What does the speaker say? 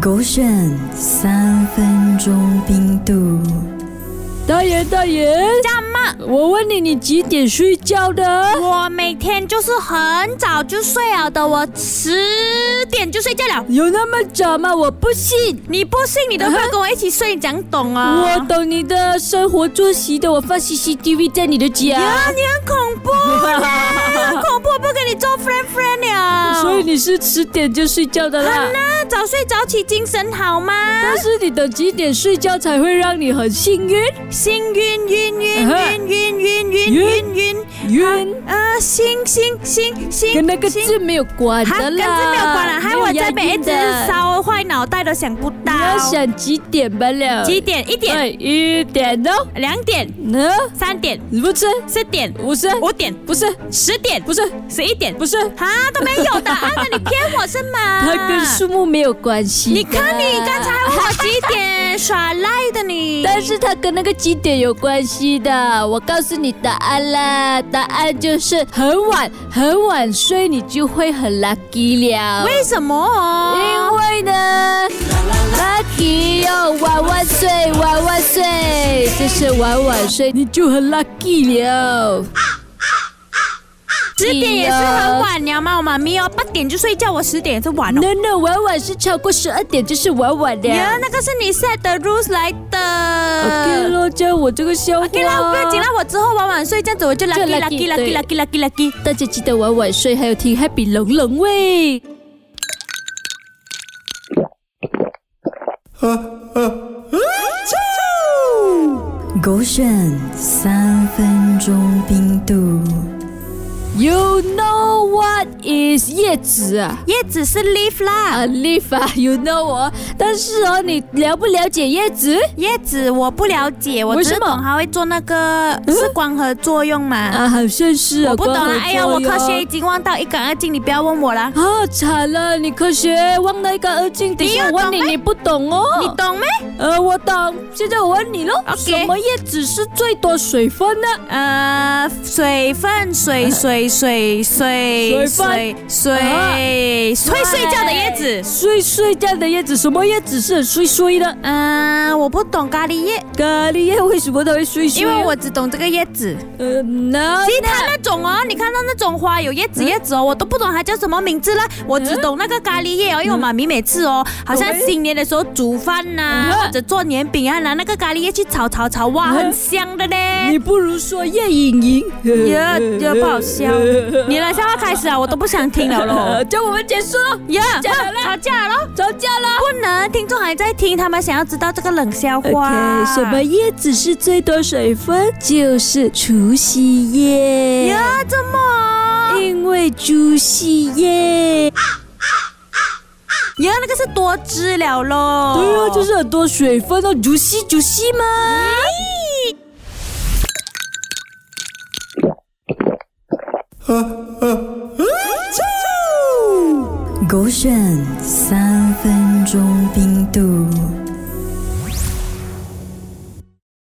狗选三分钟冰度。大爷，大爷，干嘛？我问你，你几点睡觉的？我每天就是很早就睡了的，我十点就睡觉了。有那么早吗？我不信。你不信，你都不要跟我一起睡，你讲懂啊？我懂你的生活作息的，我放 CCTV 在你的家，啊，你很恐怖，你很恐怖，不跟你做 friend friend 了。所以你是十点就睡觉的啦。那早睡早起，精神好吗？ 但是你等几点睡觉才会让你很幸运？幸运晕晕晕晕晕晕晕晕晕，晕，呃，星星星星，跟那个星字没有关哈的跟这啦，没有关了，害我没有这边押一韵直的。烧坏脑袋都想不到你。要想几点吧了？几？点？一点、啊对，一点哦。两点、呢？三点、你不吃？四点、不是？五点、不是？十点、不是？十一点，不是？啊，都没有的， 啊，那你骗我是吗？它跟数目没有关系。你看你刚才。问我几点耍赖的你，但是它跟那个几点有关系的，我告诉你答案啦，答案就是很晚很晚睡，你就会很 lucky 了。为什么哦？因为呢，lucky 要晚晚睡，晚晚睡，就是晚晚睡，你就很 lucky 了。十点也是很晚了嘛，我妈咪哦，八点就睡觉，我十点也是晚哦。哎 No no，晚晚是超过十二点就是晚晚的。呀，那个是你 set 的 rules 来的。 OK 咯，这样我这个笑话。 OK 啦，不要紧啦，我之后晚晚睡，这样子我就 lucky lucky lucky，对 lucky lucky lucky lucky。大家记得晚晚睡，还有听 Happy 龙龙喂。啊狗选三分钟冰度。 You know what is 叶子啊？叶子是 leaf 啦，啊，leaf 啊，You know 我。但是哦，你了不了解叶子？叶子我不了解，我为只什么懂它会做那个是光合作用嘛，啊，好像是啊。我不懂光合了。哎呀，作我科用学已经忘到一干二净，你不要问我啦。啊，惨了！你科学忘了一个二进，等一下我问你你，又懂你不懂哦。你懂没？呃，我懂。现在我问你喽 OK 什么叶子是最多水分呢？呃，水分，水水水水水分水水，会睡觉的叶子。睡睡觉的叶子，什么叶子是很睡睡的？嗯、我不懂咖喱叶，咖喱叶为什么它会睡睡？因为我只懂这个叶子。呃，那其他那种哦，你看到那种花有叶子叶子哦，我都不懂它叫什么名字啦，嗯我只懂那个咖喱叶哦，因为我妈咪每次哦，好像新年的时候煮饭呐、嗯或者做年饼啊，拿那个咖喱叶去炒炒炒，哇，嗯很香的嘞。你不如说叶隐莹。呀呀，不 好笑！你的笑话开始啊，我都不想听了呃咯。叫我们结束喽，呀，吵架了吵架了咯，吵架了。不能，听众还在听，他们想要知道这个冷笑 OK，话。什么叶子是最多水分？就是除夕叶。呀？怎么？哦因为朱熹耶。呀，那个是多汁了咯。对啊，就是很多水分哦，朱熹朱熹嘛。狗选三分钟冰度。